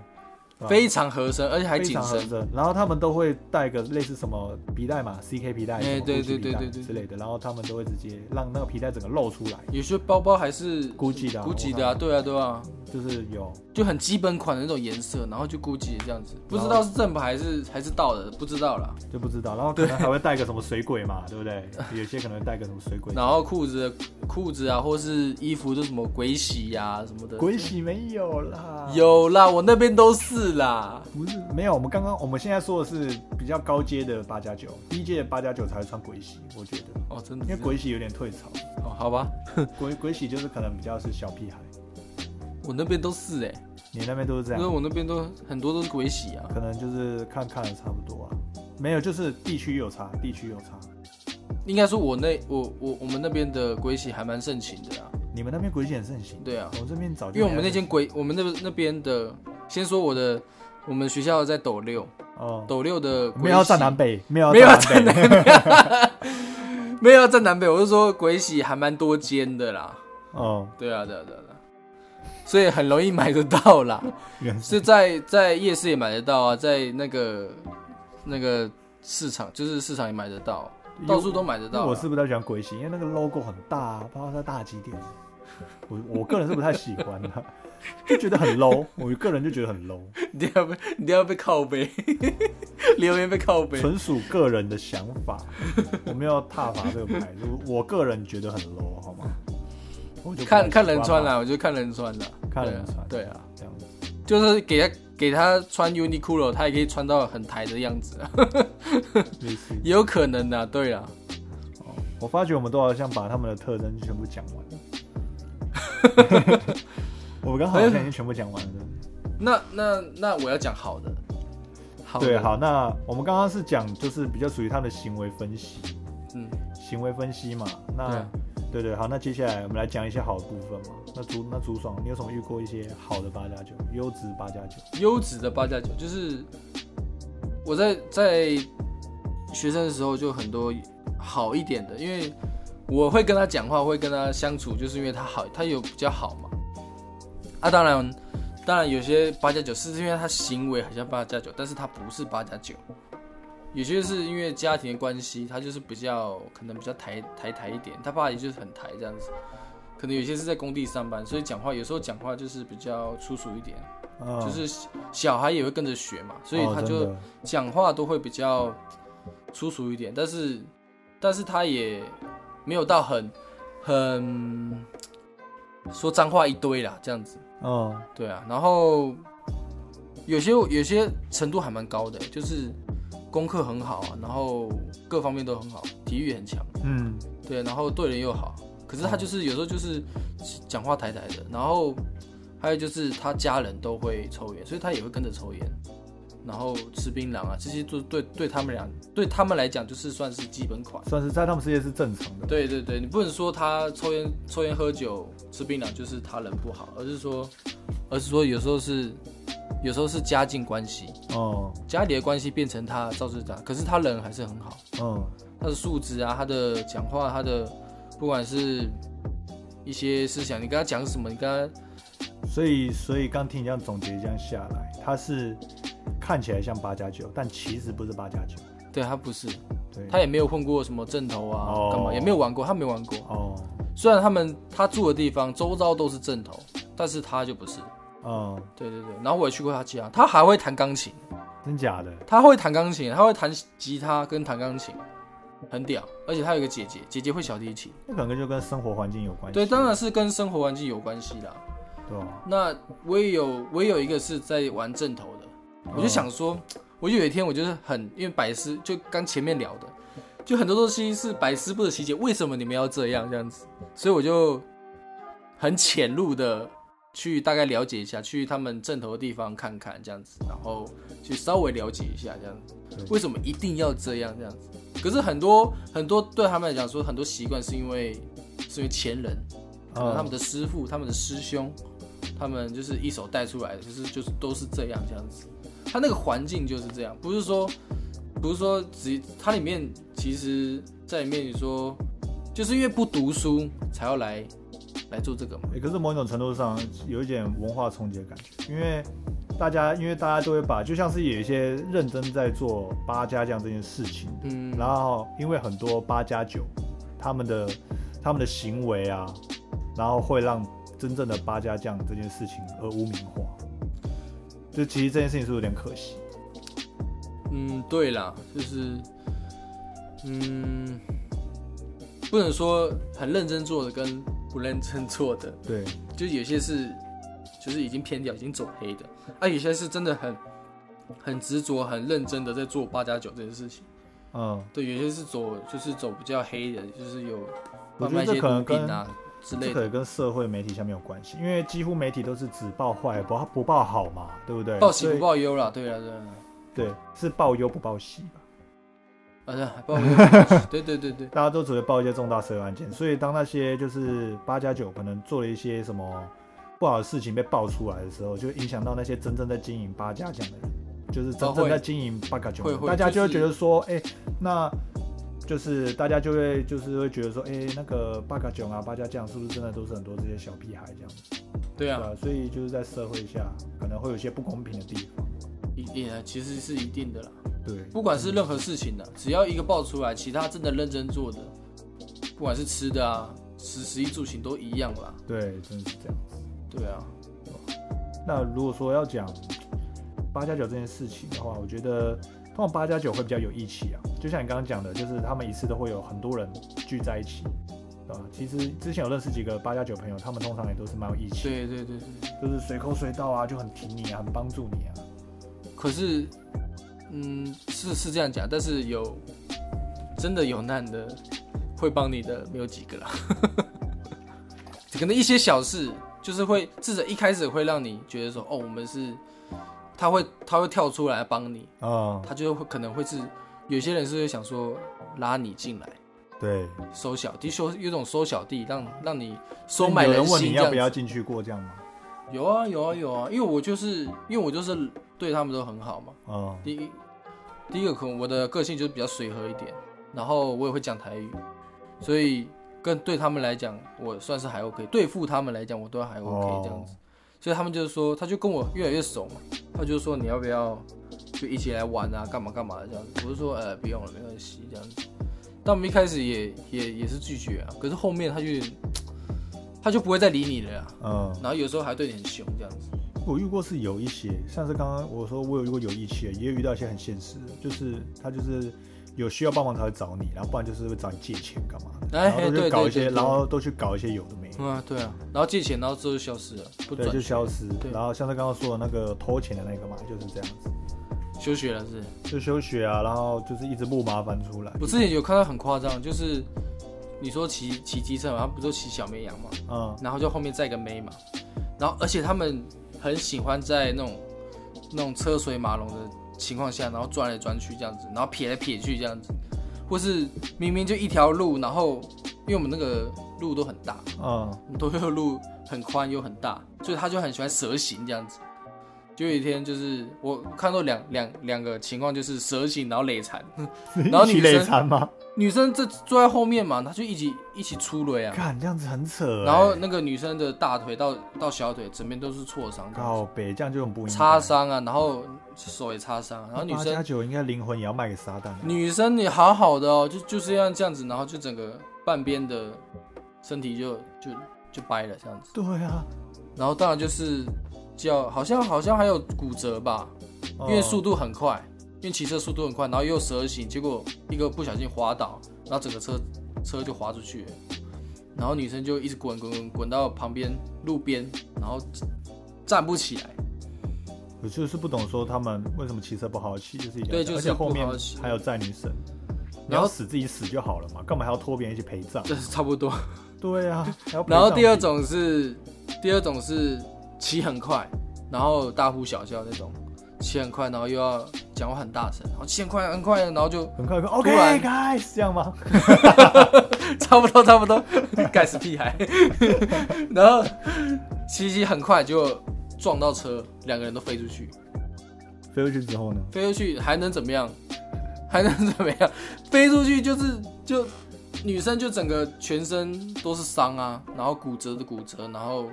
Speaker 1: 啊
Speaker 2: 非常合身，而且还
Speaker 1: 非
Speaker 2: 紧
Speaker 1: 常合
Speaker 2: 身。
Speaker 1: 身，然后他们都会带个类似什么皮带嘛，CK 皮带，
Speaker 2: 哎
Speaker 1: 什么
Speaker 2: 对
Speaker 1: Gucci
Speaker 2: 对对
Speaker 1: 皮带
Speaker 2: 对对
Speaker 1: 之类的，然后他们都会直接让那个皮带整个露出来，
Speaker 2: 有些包包还是
Speaker 1: Gucci 的啊
Speaker 2: Gucci 的啊，
Speaker 1: 我看
Speaker 2: 对啊对啊，
Speaker 1: 就是有
Speaker 2: 就很基本款的那种颜色，然后就 Gucci 这样子，不知
Speaker 1: 然
Speaker 2: 道是正牌还是还是盗的，不知道啦。
Speaker 1: 就不知道，然后可能还会带个什么水鬼嘛，对不对？有些可能会带个什么水鬼，
Speaker 2: 然后裤子的裤子啊，或是衣服都什么鬼洗呀、什么的，
Speaker 1: 鬼啊洗没有啦，
Speaker 2: 有啦，我那边都是啦。
Speaker 1: 不是没有，我们刚刚我们现在说的是比较高阶的八加九，低阶的八加九才会穿鬼洗，我觉得，
Speaker 2: 哦，真的
Speaker 1: 因
Speaker 2: 是
Speaker 1: 为鬼洗有点退潮，
Speaker 2: 哦，好吧，
Speaker 1: 鬼鬼洗就是可能比较是小屁孩，
Speaker 2: 我那边都是哎、
Speaker 1: 你那边都是这
Speaker 2: 因为
Speaker 1: 样，
Speaker 2: 我那边都很多都是鬼洗啊。
Speaker 1: 可能就是看看的差不多啊，没有，就是地区有差，地区有差，
Speaker 2: 应该说我那我我我们那边的鬼洗还蛮盛行的啊。
Speaker 1: 你们那边鬼洗很盛行，
Speaker 2: 对啊
Speaker 1: 我们这边早就
Speaker 2: 因为我们那间鬼，我们那那边的，先说我的，我们学校在斗六，
Speaker 1: 哦，
Speaker 2: 斗六的鬼
Speaker 1: 没有要
Speaker 2: 洗
Speaker 1: 站南，北，没有
Speaker 2: 没有要
Speaker 1: 要
Speaker 2: 站
Speaker 1: 站
Speaker 2: 南
Speaker 1: 南北，
Speaker 2: 没有要站南北，我是说鬼洗还蛮多间的啦。
Speaker 1: 哦，
Speaker 2: 对啊，对啊，对啊，对啊所以很容易买得到啦。
Speaker 1: 原来是
Speaker 2: 是在在夜市也买得到啊，在那个那个市场，就是市场也买得到，到处都买得
Speaker 1: 因为
Speaker 2: 到啊。
Speaker 1: 我是不太喜欢鬼洗，因为那个 logo 很大、啊，不知道它大几点。我我个人是不太喜欢的、就觉得很 low。我个人就觉得很 low，
Speaker 2: 你要被你要被靠背， 留言被靠背。
Speaker 1: 纯属个人的想法，我没有踏伐这个牌子。我我个人觉得很 low，好吗？我就不太
Speaker 2: 看
Speaker 1: 喜欢
Speaker 2: 看人穿
Speaker 1: 嘛
Speaker 2: 啦，我觉得看人穿啦，
Speaker 1: 看人穿
Speaker 2: 对啊，对啊
Speaker 1: 这样子。
Speaker 2: 就是给他给他穿 Uniqlo，他也可以穿到很台的样子啊，
Speaker 1: 类似
Speaker 2: 也有可能的，对啊，
Speaker 1: 哦我发觉我们都好像把他们的特征全部讲完了。 我刚好像已经全部讲完了。
Speaker 2: 那那那我要讲好的，好的
Speaker 1: 对，，好，那我们刚刚是讲就是比较属于他们的行为分析，
Speaker 2: 嗯，
Speaker 1: 行为分析嘛。
Speaker 2: 对
Speaker 1: 那
Speaker 2: 啊
Speaker 1: 对对，好，那接下来我们来讲一些好的部分嘛。那朱那朱爽，你有什么遇过一些好的八加九，优质八加九？
Speaker 2: 优质的八加九，就是我在在学生的时候就很多好一点的，因为我会跟他讲话，会跟他相处，就是因为他好，他有比较好嘛。啊，当然，当然有些八加九是因为他行为很像八加九，但是他不是八加九。有些是因为家庭的关系，他就是比较可能比较抬抬抬一点，他爸也就是很抬这样子。可能有些是在工地上班，所以讲话有时候讲话就是比较粗俗一点。
Speaker 1: 嗯，
Speaker 2: 就是小小孩也会跟着学嘛，所以
Speaker 1: 哦
Speaker 2: 他
Speaker 1: 真
Speaker 2: 就
Speaker 1: 的
Speaker 2: 讲话都会比较粗俗一点，但是但是他也没有到很很说脏话一堆啦，这样子，
Speaker 1: 嗯，
Speaker 2: 对啊，然后有些有些程度还蛮高的、就是功课很好啊，然后各方面都很好，体育也很强，
Speaker 1: 嗯，
Speaker 2: 对，然后对人又好，可是他就是有时候就是讲话抬抬的，然后还有就是他家人都会抽烟，所以他也会跟着抽烟，然后吃槟榔啊，这些就对对他们俩对他们来讲就是算是基本款。
Speaker 1: 算是在他们世界是正常的。
Speaker 2: 对对对，你不能说他抽烟抽烟喝酒吃槟榔就是他人不好，而是说而是说有时候是有时候是家境关系，
Speaker 1: 哦，
Speaker 2: 家里的关系变成他肇事者，可是他人还是很好。
Speaker 1: 嗯，
Speaker 2: 他的素质啊，他的讲话，他的不管是一些思想，你跟他讲什么，你跟他
Speaker 1: 所以所以刚听你这样总结这样下来，他是看起来像八加九，但其实不是八加九。
Speaker 2: 对他不是，
Speaker 1: 对，
Speaker 2: 他也没有混过什么正头啊，
Speaker 1: 哦
Speaker 2: 干、嘛也没有玩过，他没玩过。
Speaker 1: 哦，
Speaker 2: 虽然他们他住的地方周遭都是正头，但是他就不是。
Speaker 1: 嗯，
Speaker 2: 对对对，然后我也去过他家，他还会弹钢琴，
Speaker 1: 真假的？
Speaker 2: 他会弹钢琴，他会弹吉他跟弹钢琴，很屌。而且他有一个姐姐，姐姐会小提琴。
Speaker 1: 那可能就跟生活环境有关系。
Speaker 2: 对，当然是跟生活环境有关系啦。
Speaker 1: 对吧？
Speaker 2: 那我也有，我也有一个是在玩正头的，我就想说，我就有一天我就是很，因为百思就刚前面聊的，就很多东西是百思不得其解，为什么你们要这样这样子？所以我就很浅入的去大概了解一下，去他们正头的地方看看这样子，然后去稍微了解一下这样子
Speaker 1: 对，
Speaker 2: 为什么一定要这样这样子？可是很多很多对他们来讲说，很多习惯是因为是因为前人可
Speaker 1: 嗯
Speaker 2: 能他们的师傅、他们的师兄，他们就是一手带出来的，就是就是都是这样这样子。他那个环境就是这样，不是说不是说只它里面其实在里面你说，就是因为不读书才要来来做这个嘛。
Speaker 1: 欸可是某种程度上有一点文化冲击的感觉，因为大家因为大家都会把，就像是有一些认真在做八家将这件事情，
Speaker 2: 嗯，
Speaker 1: 然后因为很多八加九，他们的他们的行为啊，然后会让真正的八家将这件事情而污名化。就其实这件事情是不是有点可惜，
Speaker 2: 嗯，对啦，就是，嗯，不能说很认真做的跟不认真做的，
Speaker 1: 对，
Speaker 2: 就有些是就是已经偏掉，已经走黑的，啊，有些是真的很很执着、很认真的在做八加九这件事情。
Speaker 1: 嗯，
Speaker 2: 对，有些是走就是走比较黑的，就是有
Speaker 1: 我觉得
Speaker 2: 贩卖一
Speaker 1: 这
Speaker 2: 些
Speaker 1: 可
Speaker 2: 毒
Speaker 1: 能
Speaker 2: 品
Speaker 1: 跟
Speaker 2: 啊之类
Speaker 1: 这可
Speaker 2: 的
Speaker 1: 能，跟社会媒体下面有关系，因为几乎媒体都是只报坏，不不报好嘛，对不对？
Speaker 2: 报喜
Speaker 1: 所以
Speaker 2: 不报忧啦，对啦啊对啦，
Speaker 1: 对，是报忧不报喜吧？
Speaker 2: 啊对啊，报忧， 对对对对，
Speaker 1: 大家都只会报一些重大社会案件，所以当那些就是八加九可能做了一些什么不好的事情被爆出来的时候，就影响到那些真正在经营八加酱的人，就是真
Speaker 2: 哦
Speaker 1: 正
Speaker 2: 会
Speaker 1: 在经营八加
Speaker 2: 会
Speaker 1: 九，
Speaker 2: 哦会
Speaker 1: 大家就会
Speaker 2: 就是
Speaker 1: 觉得说，哎、那就是大家就会就是会觉得说，哎、那个八加九啊，八加酱是不是真的都是很多这些小屁孩这样子？
Speaker 2: 对
Speaker 1: 对
Speaker 2: 啊，
Speaker 1: 啊，所以就是在社会下可能会有一些不公平的地方。
Speaker 2: 一定啊，其实是一定的啦。
Speaker 1: 对，
Speaker 2: 不管是任何事情的、啊只要一个爆出来，其他真的认真做的，不管是吃的啊，食食衣住行都一样吧。
Speaker 1: 对，真的是这样。
Speaker 2: 对啊，
Speaker 1: 那如果说要讲八加九这件事情的话，我觉得通常八加九会比较有义气啊。就像你刚刚讲的，就是他们一次都会有很多人聚在一起，对吧？其实之前有认识几个八加九朋友，他们通常也都是蛮有义气，
Speaker 2: 对对对对。
Speaker 1: 就是随口随到啊，就很挺你啊，很帮助你啊。
Speaker 2: 可是，嗯，是是这样讲，但是有真的有难的会帮你的没有几个啦。 可能一些小事，就是会至少一开始会让你觉得说，哦，我们是，他会他会跳出来帮你，
Speaker 1: 嗯，
Speaker 2: 他就会可能会是有些人是会想说拉你进来。
Speaker 1: 对，
Speaker 2: 收小弟，收有种收小弟，让让你收买
Speaker 1: 有人问
Speaker 2: 心
Speaker 1: 你
Speaker 2: 这
Speaker 1: 要
Speaker 2: 样
Speaker 1: 不要
Speaker 2: 子。
Speaker 1: 进去过这样吗？
Speaker 2: 有啊有啊有啊，因为我就是因为我就是对他们都很好嘛。
Speaker 1: 嗯，
Speaker 2: 第一，第一个可能我的个性就是比较随和一点，然后我也会讲台语，所以跟对他们来讲，我算是还 OK。对付他们来讲，我都还 OK 这样
Speaker 1: 哦
Speaker 2: 子。所以他们就是说，他就跟我越来越熟嘛，他就说你要不要就一起来玩啊，干嘛干嘛的这样子。我就说呃不用了，没关系这样子。但我们一开始也也也是拒绝啊，可是后面他就有点他就不会再理你了啊，
Speaker 1: 嗯，
Speaker 2: 然后有时候还对你很凶这样子。
Speaker 1: 我遇过是有一些，像是刚刚我说我有遇过有义气的，也有遇到一些很现实的，就是他就是有需要帮忙才会找你，然后不然就是会找你借钱干嘛的，
Speaker 2: 哎
Speaker 1: 然后都
Speaker 2: 对
Speaker 1: 去搞一
Speaker 2: 对
Speaker 1: 些，
Speaker 2: 对对
Speaker 1: 然后都去搞一些有的没的，
Speaker 2: 嗯、啊，对啊，然后借钱，然后之后就消失了，不
Speaker 1: 对，
Speaker 2: 转
Speaker 1: 就消失
Speaker 2: 对。
Speaker 1: 然后像是刚刚说的那个偷钱的那个嘛，就是这样子，
Speaker 2: 休学了是不是。
Speaker 1: 就休学啊，然后就是一直不麻烦出来。
Speaker 2: 我之前有看到很夸张，就是你说骑骑机车嘛，他不就骑小绵羊嘛，
Speaker 1: 嗯，
Speaker 2: 然后就后面载一个妹嘛，然后而且他们很喜欢在那种那种车水马龙的情况下，然后转来转去这样子，然后撇来撇去这样子，或是明明就一条路，然后因为我们那个路都很大，
Speaker 1: 嗯，
Speaker 2: 多肉路很宽又很大，所以他就很喜欢蛇形这样子。就有一天，就是我看到两两两个情况，就是蛇形然后累残，然后
Speaker 1: 一起
Speaker 2: 女生
Speaker 1: 累残吗？
Speaker 2: 女生这坐在后面嘛，她就一起一起出雷啊，
Speaker 1: 看这样子很扯欸。
Speaker 2: 然后那个女生的大腿到到小腿，整边都是挫伤，
Speaker 1: 靠北这样就很不应该。
Speaker 2: 擦伤啊，然后手也擦伤啊，然后女
Speaker 1: 八加
Speaker 2: 生
Speaker 1: 九应该灵魂也要卖给撒旦。
Speaker 2: 女生你好好的哦，就就是要这样子，然后就整个半边的身体就就就掰了这样子。
Speaker 1: 对啊，
Speaker 2: 然后当然就是叫，好像好像还有骨折吧，因为
Speaker 1: 嗯
Speaker 2: 速度很快，因为骑车速度很快，然后又蛇形，结果一个不小心滑倒，然后整个车车就滑出去了，然后女生就一直滚滚滚滚到旁边路边，然后站不起来，
Speaker 1: 我就是不懂说他们为什么骑车不好好骑，就是一
Speaker 2: 对
Speaker 1: 点，
Speaker 2: 就是
Speaker 1: 而且后面
Speaker 2: 不好骑
Speaker 1: 还有载女神，你
Speaker 2: 然后
Speaker 1: 要死自己死就好了嘛，干嘛还要拖别人一起陪葬？
Speaker 2: 这是差不多。
Speaker 1: 对 啊，还要陪
Speaker 2: 然后第二
Speaker 1: 葬
Speaker 2: 种是，第二种是骑很快，然后大呼小叫那种，骑很快，然后又要讲话很大声，然后骑很快很快，然后就
Speaker 1: 很快就
Speaker 2: 突然
Speaker 1: OK guys 这样吗？
Speaker 2: 差不多差不多，干死屁孩。 然后骑骑很快就撞到车，两个人都飞出去，
Speaker 1: 飞出去之后呢？
Speaker 2: 飞出去还能怎么样？还能怎么样？ 飞出去就是就女生就整个全身都是伤啊，然后骨折的骨折，然后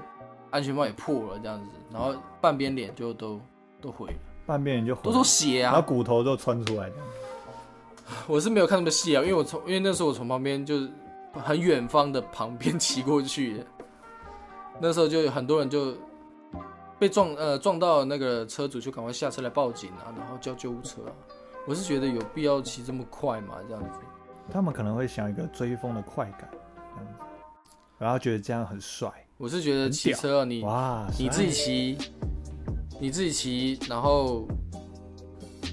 Speaker 2: 安全帽也破了这样子，然后半边脸就都都毁了，
Speaker 1: 半边人就毁
Speaker 2: 都
Speaker 1: 了
Speaker 2: 说血
Speaker 1: 然后
Speaker 2: 啊！
Speaker 1: 骨头都穿出来的。
Speaker 2: 我是没有看那么细啊，因为我从因为那时候我从旁边就是很远方的旁边骑过去的，那时候就有很多人就被撞呃撞到那个车主就赶快下车来报警啊，然后叫救护车啊。我是觉得有必要骑这么快嘛，这样子。
Speaker 1: 他们可能会想一个追风的快感，这样子，然后觉得这样很帅。
Speaker 2: 我是觉得骑车啊你
Speaker 1: 哇，
Speaker 2: 你
Speaker 1: 帅
Speaker 2: 自己骑，你自己骑，然后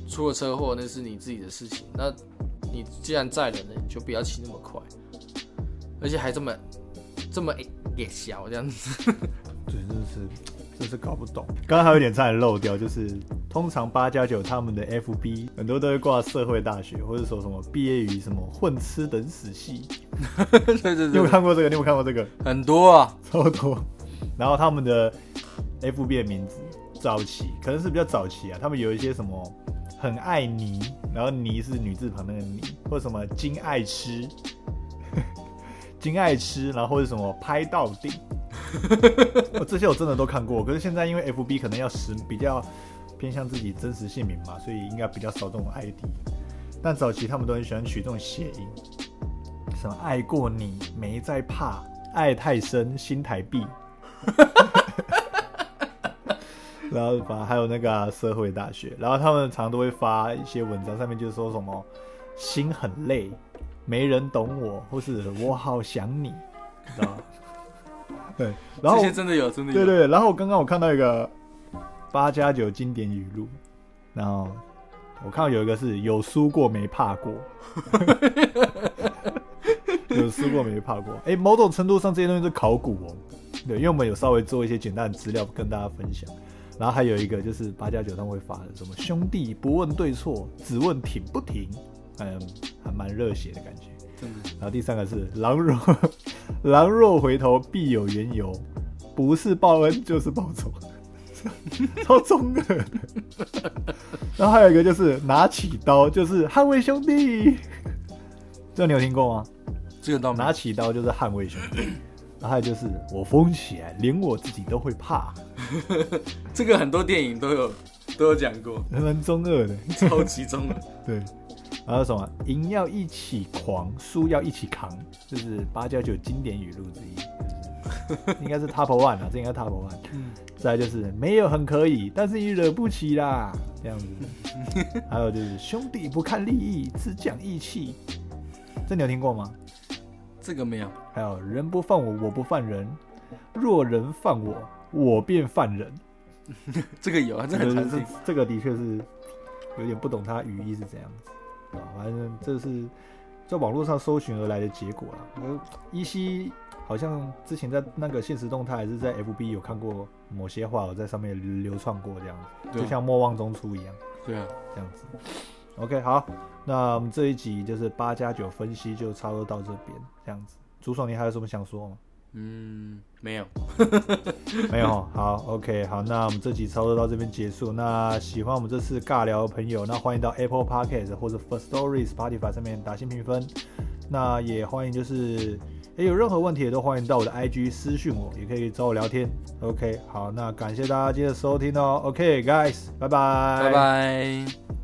Speaker 2: 出了车祸那是你自己的事情。那你既然载人了，你就不要骑那么快，而且还这么这么也小这样子。
Speaker 1: 对，真的是真是搞不懂。刚刚还有点差点漏掉，就是通常八加九他们的 FB 很多都会挂社会大学，或者说什么毕业于什么混吃等死系。
Speaker 2: 对对对
Speaker 1: 你有没有看过这个？你有没有看过这个？
Speaker 2: 很多啊，
Speaker 1: 超多。然后他们的 FB 的名字早期可能是比较早期啊，他们有一些什么很爱你，然后你是女字旁那个你，或什么金爱吃， 金爱吃，然后或者什么拍到顶、哦这些我真的都看过。可是现在因为 FB 可能要实比较偏向自己真实姓名嘛，所以应该比较少这种 ID。但早期他们都很喜欢取这种谐音，什么爱过你没在怕，爱太深新台币， 然后把还有那个啊、社会大学，然后他们常都会发一些文章，上面就是说什么心很累，没人懂我，或是我好想你，你知道吗？ 对，然后
Speaker 2: 这些真的有，真的有。
Speaker 1: 对对，然后刚刚我看到一个八加九经典语录，然后我看到有一个是有输过没怕过， 有输过没怕过。哎、某种程度上这些东西是考古哦，对，因为我们有稍微做一些简单的资料跟大家分享。然后还有一个就是八加九他们会发的什么兄弟不问对错，只问挺不挺，嗯，还蛮热血的感觉。
Speaker 2: 真的
Speaker 1: 然后第三个是狼若 狼若回头必有缘由，不是报恩就是报仇， 超中二的。然后还有一个就是拿起刀就是捍卫兄弟，这你有听过吗？
Speaker 2: 这个倒没
Speaker 1: 拿起刀就是捍卫兄弟。然后还有就是我疯起来，连我自己都会怕，
Speaker 2: 这个很多电影都有都有讲过，
Speaker 1: 蛮中二的。
Speaker 2: 超级中的。
Speaker 1: 对，还有什么赢要一起狂，输要一起扛，这是八加九经典语录之一，就是应该是 Top One 啊，这应该 Top One。再来就是没有很可以，但是你惹不起啦，这样子。还有就是兄弟不看利益，只讲义气，这你有听过吗？
Speaker 2: 这个没有，
Speaker 1: 还有人不犯我，我不犯人；若人犯我，我便犯人。
Speaker 2: 这个有啊， 这
Speaker 1: 对
Speaker 2: 很常
Speaker 1: 对，
Speaker 2: 见
Speaker 1: 这。这个的确是有点不懂它语义是怎样子，啊，反正这是在网络上搜寻而来的结果啦。我依稀好像之前在那个现实动态还是在 FB 有看过某些话，我在上面流窜过这样子，
Speaker 2: 对啊
Speaker 1: 就像莫忘中初一样
Speaker 2: 对啊，
Speaker 1: 这样子。OK，好，那我们这一集就是八加九分析就差不多到这边这样子。朱爽，你还有什么想说吗？
Speaker 2: 嗯，没有。
Speaker 1: 没有哦，好，OK，好，那我们这集操作到这边结束。那喜欢我们这次尬聊的朋友，那欢迎到 Apple Podcast 或者 First Story、Spotify 上面打新评分。那也欢迎就是，哎也有任何问题也都欢迎到我的 IG 私讯我，也可以找我聊天。OK，好，那感谢大家今天的收听哦。OK，guys，、拜拜，
Speaker 2: 拜拜。